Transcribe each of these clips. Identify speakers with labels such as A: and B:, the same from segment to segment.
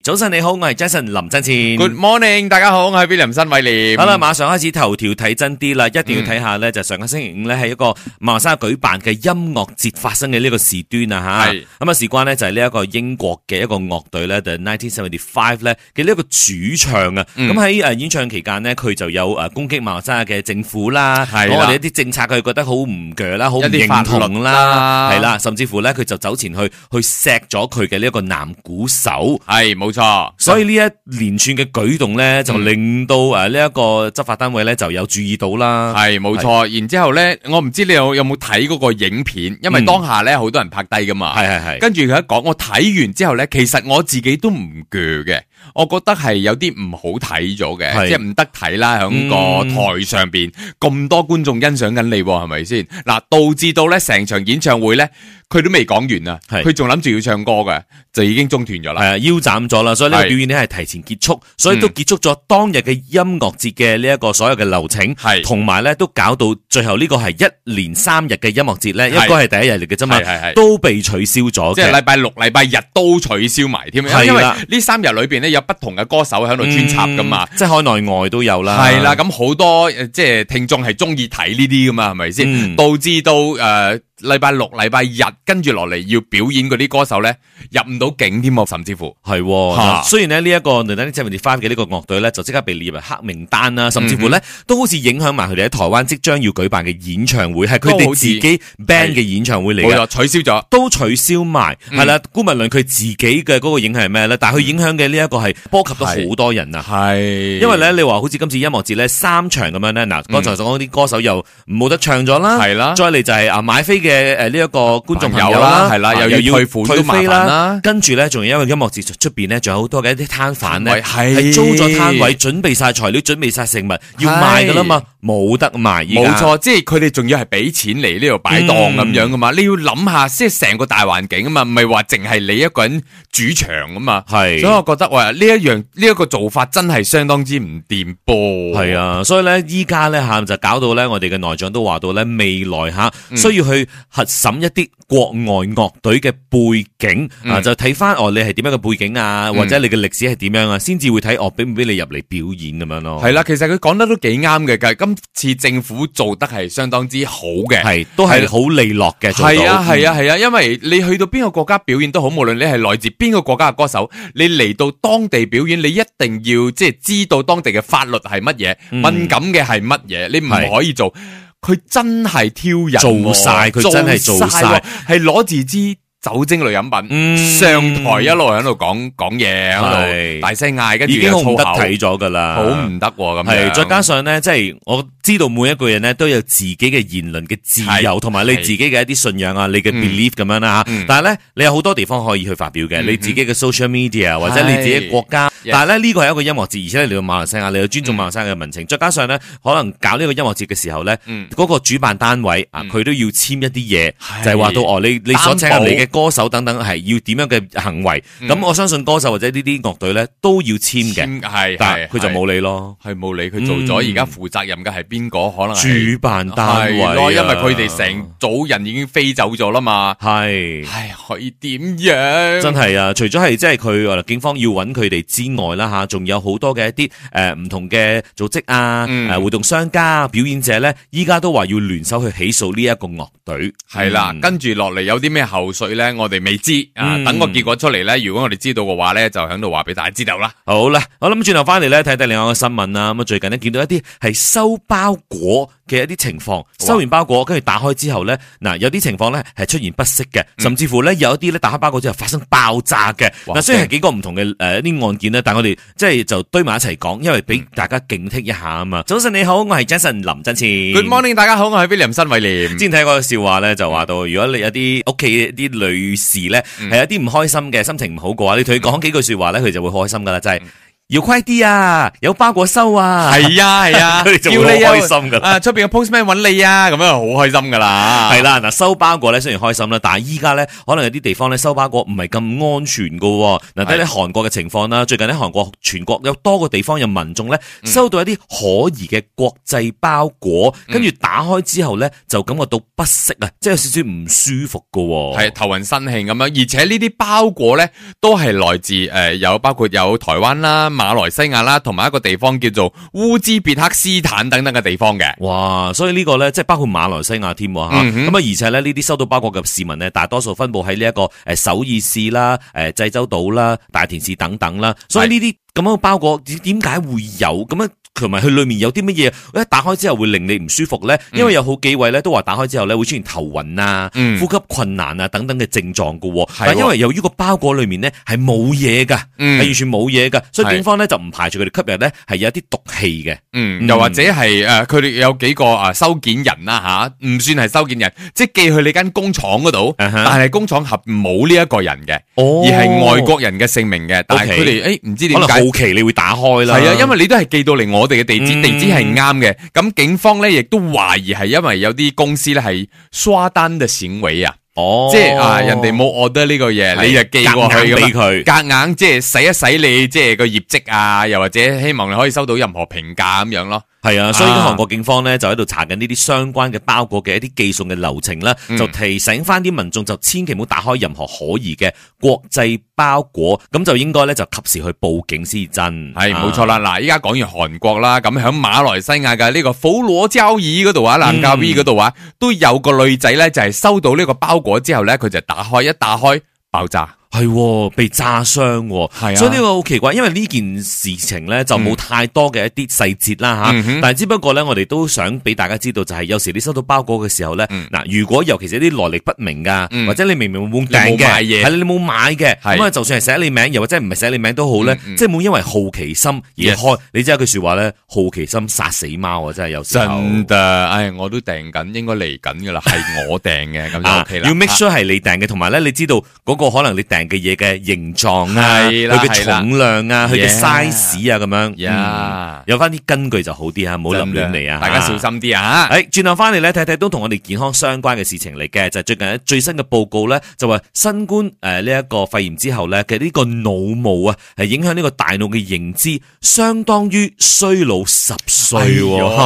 A: 早晨你好，我係 Jason 林振前。
B: Good morning，大家好，我係 William 新偉廉。
A: 好啦，馬上開始頭條睇真啲啦，一定要睇下咧，就上個星期五咧係一個馬來西亞舉辦嘅音樂節發生嘅呢個事端啊吓
B: 係，
A: 咁啊事關呢，就係呢一個英國嘅一個樂隊咧，The 1975咧嘅呢一個主唱啊，咁喺誒演唱期間呢，佢就有誒攻擊馬來西亞嘅政府啦，
B: 係
A: 講
B: 啦
A: 我哋一啲政策佢覺得好唔鋸啦，好唔
B: 一啲
A: 認
B: 法律啦
A: 同啦，係啦，甚至乎咧佢就走前去去錫咗佢嘅呢一個男鼓手。
B: 係冇錯，
A: 所以呢一連串嘅舉動咧，
B: 嗯
A: 就令到誒呢一個執法單位咧就有注意到啦。
B: 係冇錯。然之後咧，我唔知你有有冇睇嗰個影片，因為
A: 嗯
B: 當下咧好多人拍低噶嘛。
A: 係係係，
B: 跟住佢一講，我睇完之後呢，其實我自己都唔鋸嘅，我覺得係有啲唔好睇咗嘅，
A: 係
B: 即係唔得睇啦，響
A: 嗯
B: 個台上邊咁、多觀眾欣賞緊你喎，係咪先？嗱，導致到呢成場演唱會呢，佢都未講完啊，
A: 係
B: 佢仲諗住要唱歌嘅，就已經中斷咗
A: 係
B: 啦。
A: 啊，腰斬咗啦，所以呢個
B: 係嗯
A: 表演呢係提前結束，所以都結束咗當日嘅音樂節嘅呢一個所有嘅流程，
B: 係
A: 同埋咧都搞到最後呢個係一連三日嘅音樂節咧，
B: 係
A: 應該係第一日嚟嘅啫嘛
B: 係係，係
A: 都被取消咗
B: 即
A: 嘅。
B: 係禮拜六、禮拜日都取消埋添，
A: 係
B: 因為
A: 啦
B: 呢三日裏邊呢，有不同嘅歌手喺度穿插噶嘛。
A: 嗯，即係海內外都有啦。
B: 係啦，，咁好多呃即係聽眾係中意睇呢啲噶嘛，係咪
A: 嗯
B: 先？導致到诶礼拜六、禮拜日跟住落嚟要表演嗰啲歌手咧，入唔到境添喎，甚至乎
A: 係喎，
B: 嚇
A: 嗱雖然咧呢一個呃 The 1975嘅呢個樂隊咧，就即刻被列入黑名單
B: 嗯
A: 啦，甚至乎咧都好似影響埋佢哋喺台灣即將要舉辦嘅演唱會，係佢
B: 都
A: 哋
B: 好
A: 自
B: 似
A: 己 band 嘅演唱會嚟
B: 冇
A: 嘅。
B: 錯，嗯取消咗。
A: 都取消埋，係啦。顧文論佢自己嘅嗰個影響係咩咧？但係佢影響嘅呢一個係波及到好多人啊。
B: 嗯係嗯
A: 因為咧，你話好似今次音樂節咧三場咁樣咧，嗱，剛才所講啲歌手又冇得唱咗啦，
B: 係啦
A: 再嚟就係啊買飛嘅誒呢一個觀眾朋友啦，
B: 朋友啦係啦
A: 啊
B: 又要退款都麻煩啦
A: 跟住咧仲有因為音樂節出邊咧仲有好多嘅一啲攤販咧
B: 攤位係哎
A: 係租咗攤位，準備晒材料，準備晒食物要賣噶啦嘛，冇得賣依家，
B: 冇錯，即係佢哋仲要係俾錢嚟呢度擺檔咁樣噶嘛，
A: 嗯
B: 你要諗下，即係成個大環境啊嘛，唔係話淨係你一個人主場啊嘛。
A: 係
B: 所以我覺得哇，呢一樣呢一個做法真係相當之唔掂噃。
A: 系啊，所以咧依家咧吓就搞到咧，我哋嘅內長都話到咧，未來吓
B: 嗯
A: 需要去核審一啲國外樂隊嘅背景
B: 嗯
A: 啊，就睇翻哦，你係點樣嘅背景啊，或者你嘅歷史係點樣啊，先至會睇哦，俾唔俾你入嚟表演咁樣咯。
B: 系啦，其實佢講得都幾啱嘅，但係今次政府做得係相當之好嘅。
A: 係都
B: 係
A: 係
B: 啦
A: 好利落嘅，
B: 係啊，
A: 係
B: 係啊，係啊，因為你去到邊個國家表演都好，無論你係來自邊個國家嘅歌手，你嚟到當地表演，你一定要即係知道當地嘅法律係乜嘢，敏感嘅係乜嘢，你
A: 係
B: 唔可以做。佢真係挑人喎，
A: 做晒佢真係做晒
B: 喎，係攞住支酒精類飲
A: 嗯
B: 品上台一路喺度講講嘢，喺
A: 係
B: 度大聲嗌，跟住
A: 已經好
B: 又
A: 唔
B: 粗
A: 得
B: 口，
A: 睇咗噶啦，
B: 啊好唔得喎咁
A: 係
B: 樣。
A: 再加上咧，即係我知道每一個人咧都有自己嘅言論嘅自由，
B: 係
A: 同埋你自己嘅一啲信仰啊，你嘅
B: 嗯
A: belief 咁樣啦吓
B: 嗯。
A: 但係咧，你有好多地方可以去發表嘅，你自己嘅 social media 或者你自己嘅國家。
B: Yes
A: 但係咧，呢個係一個音樂節，而且你到馬來西亞，你要尊重馬來西亞嘅民情。再加上咧，可能搞呢個音樂節嘅時候咧，
B: 嗯
A: 嗰個主辦單位啊，佢都要簽一啲嘢，
B: 係
A: 就係話到哦，你你所請入
B: 擔保嗯
A: 嚟嘅歌手等等係要點樣嘅行為。咁我相信歌手或者呢啲樂隊咧都要簽嘅，
B: 簽係
A: 但
B: 係
A: 係佢就
B: 係
A: 冇理咯。
B: 係冇理佢做咗，
A: 嗯
B: 而家負責任嘅係邊個？可能係
A: 主辦單位、
B: 係
A: 啊，
B: 咯，因為佢哋成組人已經飛走咗啦嘛。
A: 係。
B: 唉，可以點樣？
A: 真係啊！除咗係即係佢呃警方要揾佢哋之外啦吓，仲有好多嘅一啲誒唔同嘅組織啊、
B: 嗯
A: 誒活動商家啊、表演者咧，依家都話要聯手去起訴呢一個樂隊。
B: 係啦
A: 嗯，
B: 跟住落嚟有啲咩後水咧，我哋未知啊
A: 嗯。
B: 等個結果出嚟咧，如果我哋知道嘅話咧，就喺度話俾大家知道啦。
A: 好啦，我諗轉頭翻嚟咧，睇睇另外一個新聞啦。咁啊，最近呢，見到一啲係收包裹嘅一啲情況，收完包裹跟住打開之後咧，嗱有啲情況咧係出現不適
B: 嗯
A: 嘅，甚至乎咧有一啲咧打開包裹之後發生爆炸嘅。
B: 哇
A: 嗱，雖然係幾個唔同嘅誒一啲案件咧，但我哋即係就堆埋一齊講，因為
B: 嗯
A: 俾大家警惕一下啊嘛。早晨你好，我係 Jason 林振前。
B: Good morning，大家好，我係 William 新偉廉
A: 之。前睇過個笑話咧，就話到如果你有啲屋企啲女士咧，係有啲唔開心嘅心情唔好嘅話，你同佢講幾句説話咧，佢就會開心噶啦，就係、要快啲啊，有包裹收啊，
B: 系啊系啊，
A: 佢哋就
B: 叫
A: 會好
B: 你
A: 開
B: 啊
A: 心噶啦。
B: 啊出边嘅 postman 揾你啊，咁樣好開心噶啦。
A: 系啦，嗱收包裹咧雖然開心啦，但係依家咧可能有啲地方咧收包裹唔係咁安全噶喎。嗱，睇睇韓國嘅情況啦，最近喺韓國全國有多個地方有民眾咧收到一啲可疑嘅國際包裹，跟住打開之後咧就感覺到不適啊，即係有少少唔舒服噶喎。
B: 系頭暈身慶咁樣，而且呢啲包裹咧都係來自诶、呃有包括有台灣啦、馬來西亞啦，同埋一個地方叫做烏茲別克斯坦等等嘅地方嘅。
A: 哇！所以呢個咧，即係包括馬來西亞添喎嚇，
B: 嗯哼
A: 咁啊，而且咧呢啲收到包裹嘅市民呢，大多數分布喺呢一個誒首爾市啦、誒濟州島啦、大田市等等啦，所以呢啲咁樣嘅包裹點點解會有咁樣？同埋佢裏面有啲乜嘢？一打開之後會令你唔舒服咧，因為有好幾位咧都話打開之後咧會出現頭暈啊、
B: 嗯
A: 呼吸困難啊等等嘅症狀嘅喎。
B: 係
A: 但
B: 喎
A: 因為由於個包裹裏面呢係冇嘢㗎，係、
B: 嗯
A: 完全冇嘢㗎，所以
B: 係
A: 警方咧就唔排除佢哋吸入咧係有一啲毒氣嘅。
B: 嗯，
A: 嗯
B: 又或者係诶，呃佢、哋有幾個啊收件人啦吓，唔、算係收件人，即係寄去你間工廠嗰度
A: 啊哈
B: 但係工廠盒冇呢一個人嘅，
A: 哦
B: 而係外國人嘅姓名嘅，但係
A: OK
B: 佢哋诶唔
A: 可
B: 知點
A: 能
B: 解。
A: 好奇你會打開啦。
B: 係啊，因為你都係寄到嚟我哋嘅地址，
A: 嗯
B: 地址係啱嘅。咁警方咧亦都懷疑係因為有啲公司咧係刷單嘅行為啊，
A: 哦，
B: 即係啊人哋冇 order 呢個嘢，
A: 係
B: 你就寄過去
A: 夾硬
B: 咁
A: 俾
B: 啊
A: 佢。
B: 夾硬即係洗一洗你即係個業績啊，又或者希望你可以收到任何評價咁樣咯。
A: 係啊，所以
B: 啊
A: 韓國警方咧就喺度查緊呢啲相關嘅包裹嘅一啲寄送嘅流程啦，
B: 嗯
A: 就提醒翻啲民眾就千祈唔好打開任何可疑嘅國際包裹，咁就應該咧就及時去報警先真。
B: 係冇錯
A: 啊。
B: 啦，嗱，依家講完韓國啦，咁喺馬來西亞嘅呢個普羅交爾嗰度
A: 嗯
B: 啊，蘭教 V 嗰度啊，都有個女仔咧就係收到呢個包裹之後咧，佢就打開，一打開爆炸。
A: 係喎，被炸傷喎，
B: 係啊
A: 所以呢個好奇怪，因為呢件事情咧就冇太多嘅一啲細節啦吓，
B: 嗯哼
A: 但係只不過咧，我哋都想俾大家知道，就係有時你收到包裹嘅時候咧，
B: 嗯
A: 嗱、如果尤其是啲來歷不明噶，
B: 嗯
A: 或者你明明冇
B: 你
A: 訂
B: 冇買
A: 嘅，
B: 嘢
A: 係你冇買嘅，
B: 係
A: 咁啊，就算係寫你名，又或者唔係寫你名都好咧，
B: 嗯嗯
A: 即係冇因為好奇心而
B: Yes
A: 開。你知有句説話咧，好奇心殺死貓啊，真係有時候。
B: 真噶，唉，我都訂緊，應該嚟 緊噶啦，係我訂嘅，咁就
A: 啊
B: OK 啦。
A: 要 make
B: 啊
A: sure 係你訂嘅，同埋咧，你知道嗰個可能你訂嘅嘢嘅形狀啊，佢
B: 係啦
A: 嘅重量啊，佢嘅
B: Yeah
A: size 啊，咁樣，嗯
B: 呀，
A: 有翻啲根據就好啲嚇，唔好
B: 真
A: 立
B: 㗎
A: 亂嚟啊，
B: 大家小心啲啊！
A: 诶，转头翻嚟咧，睇睇都同我哋健康相關嘅事情嚟嘅，就係最近咧最新嘅報告咧，就話新冠诶呢一個肺炎之後咧嘅呢個腦霧啊，係影響呢個大腦嘅認知，相當於衰老十歲
B: 哎
A: 喎。
B: 呦
A: 嚇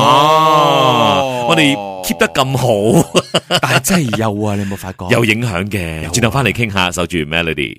A: 我哋 keep 得咁好，
B: 哦但係真係有啊，你有冇發覺？
A: 有影響嘅。
B: 啊
A: 轉頭翻嚟傾下，守住 Melody。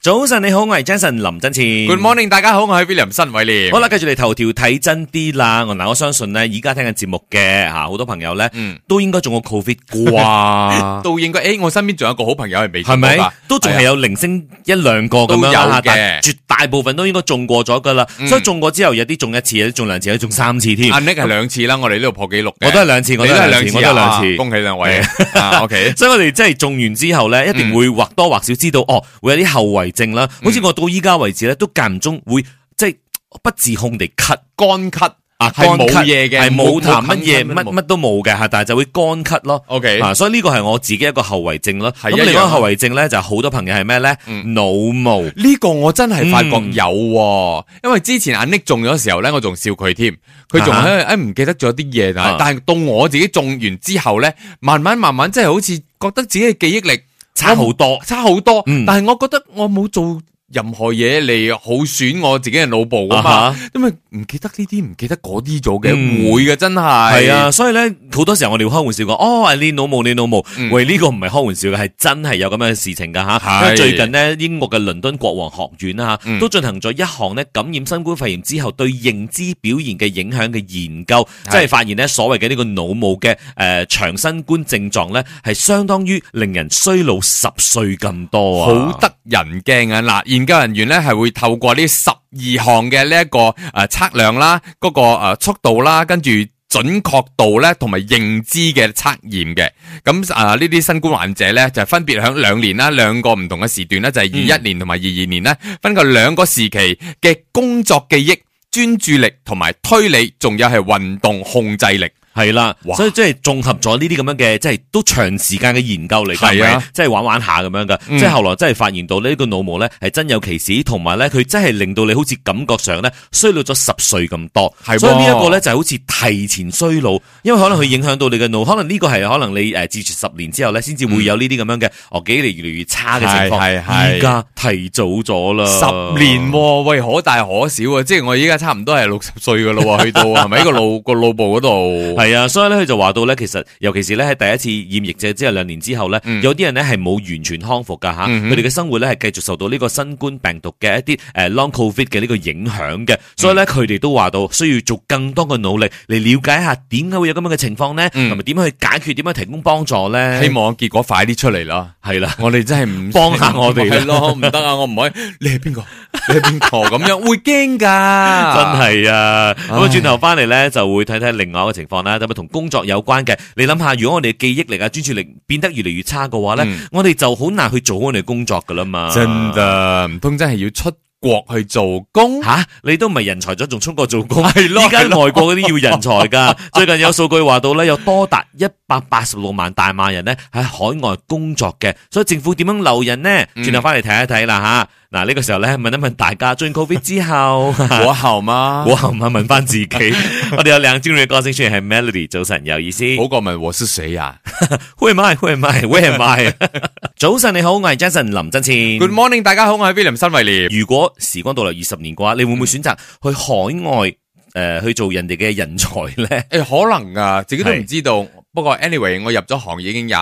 A: 早晨你好，我係 Jason 林真前。
B: Good morning，大家好，我係 William 新偉廉。
A: 好啦，繼續嚟頭條睇真啲啦。我嗱，我相信咧，而家聽緊節目嘅吓，好多朋友咧，
B: 嗯
A: 都應該中過 Covid 啩。
B: 都應該，誒，我身邊仲有一個好朋友係未
A: 系
B: 中過㗎
A: 咪？都仲係有零星一兩個咁樣
B: 都有
A: 啦
B: 嘅，
A: 但係絕大部分都應該中過咗噶啦。
B: 嗯
A: 所以中過之後，有啲中一次，有啲中兩次，有啲中三次添。
B: 阿 Nick 係兩次啦，我哋呢度破紀錄嘅。
A: 我都係兩次，我
B: 你
A: 都
B: 都係
A: 係
B: 兩
A: 兩
B: 次
A: 次，
B: 啊，
A: 我都係兩
B: 啊
A: 次。
B: 恭喜 兩位啊！OK，
A: 所以我哋真係中完之後咧，一定
B: 嗯
A: 會或多或少知道哦，會有啲後遺症啦。好似我到依家為止咧，都間唔中會即係不自控地咳。
B: 乾咳
A: 啊，
B: 係冇嘢嘅
A: 係冇痰
B: 冇
A: 乜嘢，
B: 冇
A: 乜乜都冇嘅，係但係就會乾咳咯。
B: ，OK，
A: 啊，所以呢個係我自己一個後遺症咯。
B: 係
A: 咁
B: 一樣
A: 另
B: 啊
A: 外一個後遺症咧，就係好多朋友係咩咧？
B: 嗯
A: 腦霧。
B: 呢個我真係發覺
A: 嗯
B: 有、喎，因為之前阿 Nick 中咗時候咧，我仲笑佢添，佢仲
A: 啊哈
B: 喺度誒唔記得咗啲嘢，但係
A: 啊
B: 但係到我自己中完之後咧，慢慢慢慢真係好似覺得自己嘅記憶力
A: 差好多，
B: 差好多，
A: 嗯
B: 但係我覺得我冇做任何嘢嚟好損我自己嘅腦部啊嘛，
A: 啊
B: 因為唔記得呢啲唔記得嗰啲咗嘅，
A: 嗯
B: 會嘅真係
A: 係啊，所以咧好多時候我哋會開玩笑講，哦，你腦霧，你腦霧，
B: 嗯
A: 喂，呢、個唔係開玩笑嘅，係真係有咁樣嘅事情㗎
B: 係
A: 吓。因為最近呢，英國嘅倫敦國王學院啦
B: 嗯
A: 吓，都進行咗一項呢感染新冠肺炎之後對認知表現嘅影響嘅研究，
B: 係
A: 即係發現呢所謂嘅呢個腦霧嘅誒長新冠症狀呢，係相當於令人衰老十歲咁多啊，
B: 好得人驚啊！嗱，研究人員咧係會透過呢十二項嘅呢一個誒測量啦，嗰、個、呃、速度啦，跟住。準確度咧，同埋認知嘅測驗嘅，咁啊呢啲新冠患者咧就分別響兩年啦，兩個唔同嘅時段咧，就係二一年同埋二二年咧，分過兩個時期嘅工作記憶、專注力同埋推理，仲有係運動控制力。
A: 係啦
B: 哇，
A: 所以即係綜合咗呢啲咁樣嘅，即係都長時間嘅研究嚟㗎，
B: 係啊
A: 係咪即係玩玩下咁樣噶。
B: 嗯
A: 即係後來真係發現到呢個腦霧咧係真有其事，同埋咧佢真係令到你好似感覺上咧衰老咗十歲咁多。
B: 係喎
A: 所以呢一個咧就好似提前衰老，因為可能佢影響到你嘅腦，可能呢個係可能你誒自住十年之後咧先至會有呢啲咁樣嘅哦記憶力越嚟越差嘅情況。
B: 嗯係係係
A: 而家提早咗
B: Ờ。
A: 啦，
B: 十年、喎，喂，可大可小啊！即係我依家差唔多係六十歲噶 咯，去到係咪個腦個腦部嗰度？
A: 系啊，所以咧佢就話到咧，其實尤其是咧喺第一次染疫者之後兩年之後咧，
B: 嗯
A: 有啲人咧係冇完全康復噶吓，
B: 嗯
A: 佢哋嘅生活咧係繼續受到呢個新冠病毒嘅一啲诶 long covid 嘅呢個影響嘅，所以
B: 嗯
A: 咧佢哋都話到需要做更多嘅努力嚟了解下點解會有咁樣嘅情況呢，
B: 嗯
A: 同埋點樣去解決，點樣提供幫助咧，
B: 希望結果快啲出嚟啦！
A: 係啦。
B: 我哋真係 唔
A: 幫下我哋啦
B: 係咯，唔得啊！我唔可以，你係邊個？ 你係邊個？咁樣會驚
A: 真
B: 㗎，
A: 係啊！咁啊，
B: 唉
A: 轉頭翻嚟咧，就會睇睇另外一個情況啦。咁啊，同工作有關嘅，你諗下，如果我哋嘅記憶力啊、專注力變得越嚟越差嘅話咧，
B: 嗯
A: 我哋就好難去做好我哋嘅工作噶啦嘛。
B: 真噶，唔通真係要出國去做工？
A: 吓、你都唔系人才咗，仲出國做工？
B: 係咯
A: 依家
B: 係咯
A: 外國嗰啲要人才噶。最近有數據話到咧，有多達一百八十六萬大馬人咧喺海外工作嘅，所以政府點樣留人呢？
B: 嗯
A: 轉頭翻嚟睇一睇啦吓。嗱、呢、個時候咧，問一問大家，最近 Covid 之後，
B: 我後嗎？
A: 我唔係問翻自 己。我哋有兩尖嘅歌星，雖然係 Melody，早晨有意思。
B: 好過問我是誰啊
A: Who am I? Who am I? Where am I? 早晨你好，我係 Jason 林振前。
B: ？Good morning，大家好，我係 William 新維廉。
A: 如果時光倒流二十年嘅話，你會唔會
B: 嗯
A: 選擇去海外诶、呃去做人哋嘅人才 咧？
B: 诶、可能噶，自己都
A: 係
B: 唔知道。不過 anyway，我入咗行已經廿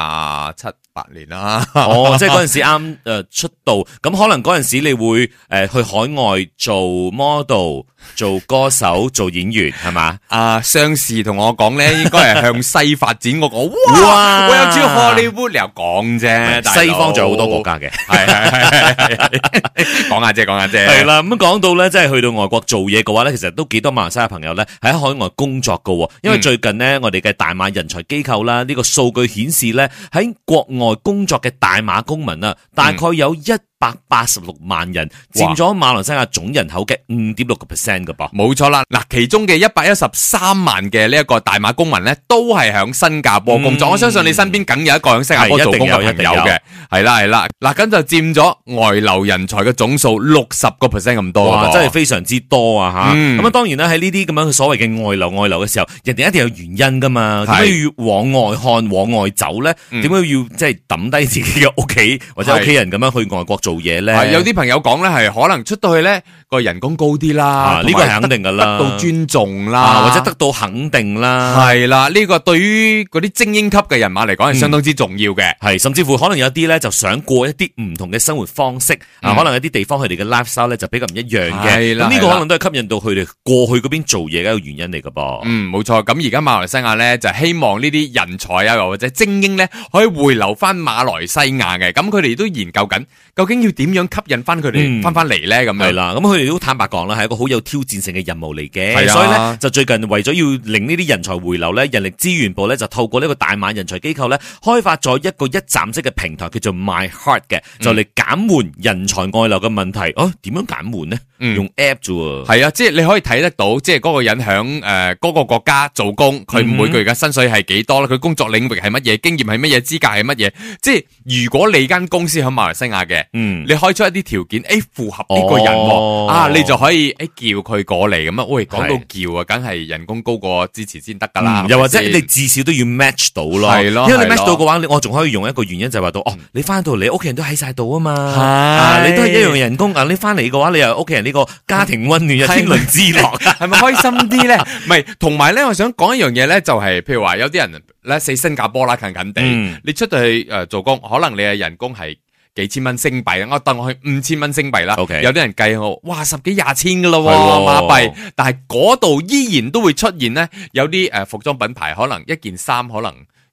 B: 七八年啦。
A: 哦，即係嗰阵时啱诶出道，咁可能嗰陣時你會诶、呃去海外做 model、做歌手、做演員係嘛？
B: 啊，相士同我 講咧，應該係向西發展。我講哇，
A: 哇啊
B: 我有朝荷里活又講啫，大佬
A: 西方仲有好多國，家嘅。
B: 係係係係係講下啫，講下啫。
A: 係啦，咁講到咧，即係去到外國做嘢嘅話咧，其實都幾多馬來西亞朋友咧喺海外工作嘅喎，因為
B: 嗯
A: 最近呢，我哋嘅大馬人才機構啦，呢、個數據顯示咧，喺國外工作嘅大馬公民
B: 嗯
A: 啊，大概有一百八十六萬人，
B: 哇
A: 佔咗馬來西亞總人口嘅五點六個 percent 嘅噃。
B: 冇錯啦，嗱，其中嘅一百一十三萬嘅呢一個大馬公民咧，都係響新加坡工作。
A: 嗯
B: 我相信你身邊梗有一個響新加坡做工嘅朋
A: 係一定有
B: 友嘅，係啦係啦，嗱，咁就佔咗外流人才嘅總數六十個 percent 咁多
A: 哇，
B: 喎
A: 真係非常之多啊吓！
B: 嗯
A: 咁啊、當然啦，喺呢啲咁樣所謂嘅外流外流嘅時候，人哋一定有原因噶嘛。點
B: 係
A: 解要往外看、往外走咧？點
B: 嗯
A: 解、要即係抌低自己嘅屋企或者屋企人咁樣去外國做嘢
B: 係
A: 咧？
B: 有啲朋友講咧，係可能出到去咧個人工高啲啦
A: 啊，，呢
B: 同
A: 個
B: 埋
A: 係肯定噶
B: 得
A: 啦，
B: 到尊重啦，
A: 啊或者得到肯定啦。
B: 係啦，呢個對於嗰啲精英級嘅人馬嚟講係相當之重要嘅。
A: 係，甚至乎可能有啲咧就想過一啲唔同嘅生活方式，啊，
B: 嗯
A: 可能有啲地方佢哋嘅 lifestyle 咧就比較唔一樣嘅，
B: 係
A: 咁
B: 啦
A: 呢個
B: 係啦
A: 可能都係吸引到佢哋過去嗰邊做嘢嘅一個原因嚟噶噃。
B: 嗯，冇錯。咁而家馬來西亞咧就希望呢啲人才啊，又或者精英咧，可以回流翻馬來西亞嘅。咁佢哋都研究緊，究竟要點樣吸引翻佢
A: 嗯
B: 哋翻翻嚟咧？咁
A: 系
B: 樣
A: 啦，咁佢哋都坦白講啦，係一個好有挑戰性嘅任務嚟嘅，
B: 係啊
A: 所以咧就最近為咗要令呢啲人才回流咧，人力資源部咧就透過呢個大馬人才機構咧，開發咗一個一站式嘅平台，叫做 My Heart 嘅，
B: 嗯
A: 就嚟減緩人才外流嘅問題。哦，點樣減緩呢？
B: 嗯
A: 用 App 啫喎。
B: 係啊，即係你可以睇得到，即係嗰個人響誒嗰個國家做工，佢
A: 嗯哼
B: 每個月嘅薪水係幾多啦？佢工作領域係乜嘢？經驗係乜嘢？資格係乜嘢？即係如果你間公司響馬來西亞嘅。
A: 嗯。
B: 你開出一啲條件，誒、符合呢個人喎、
A: 哦
B: 啊，你就可以誒、叫佢過嚟咁啊。喂，講到
A: 係
B: 叫啊，梗係人工高過之前先得㗎啦
A: 嗯。又或者
B: 係咪
A: 你
B: 先
A: 至少都要 match 到咯，
B: 係咯
A: 因為你
B: 係
A: match
B: 咯
A: 到嘅話，你我仲可以用一個原因就係話到，哦，你翻到嚟屋企人都喺晒度啊嘛，
B: 係
A: 啊你都係一樣嘅人工啊，你翻嚟嘅話，你又有屋企人呢個家庭温暖啊，
B: 係
A: 天倫之樂。
B: 係咪開心啲咧？唔係，同埋咧，我想講一樣嘢咧，就係、譬如話有啲人咧，四新加坡啦，近近地，
A: 嗯
B: 你出到去誒、呃做工，可能你嘅人工係。幾千蚊星幣，我當我去五千蚊星幣啦。
A: OK
B: 有啲人計我，哇十幾廿千噶咯
A: 係喎
B: 喎，馬幣。但係嗰度依然都會出現呢，有啲誒、呃服裝品牌可能一件衫可能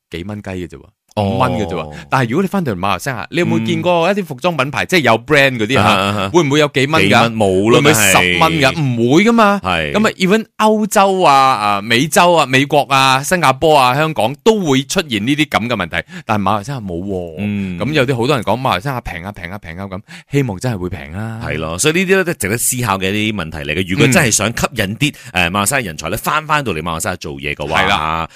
B: 幾蚊雞嘅啫喎，
A: 哦
B: 五蚊嘅啫喎。但係如果你翻到嚟馬來西亞，你有冇
A: 嗯
B: 見過一啲服裝品牌，即係有 brand 嗰啲
A: 啊啊啊
B: 嚇，會唔會有幾蚊
A: 幾
B: 㗎？
A: 蚊冇
B: 會
A: 啦，
B: 唔會
A: 係
B: 十蚊㗎？唔會噶嘛。
A: 係
B: 咁啊，even 歐洲啊、啊美洲啊、美國啊、新加坡啊、香港都會出現呢啲咁嘅問題，但係馬來西亞冇喎。
A: 嗯
B: 咁有啲好多人講馬來西亞平啊、平啊、平啊咁，希望真係會平啊。
A: 係咯，所以呢啲咧都值得思考嘅一啲問題嚟嘅。如果
B: 嗯
A: 真係想吸引啲誒馬來西亞人才咧，翻翻到嚟馬來西亞做嘢嘅話，
B: 係
A: 啦，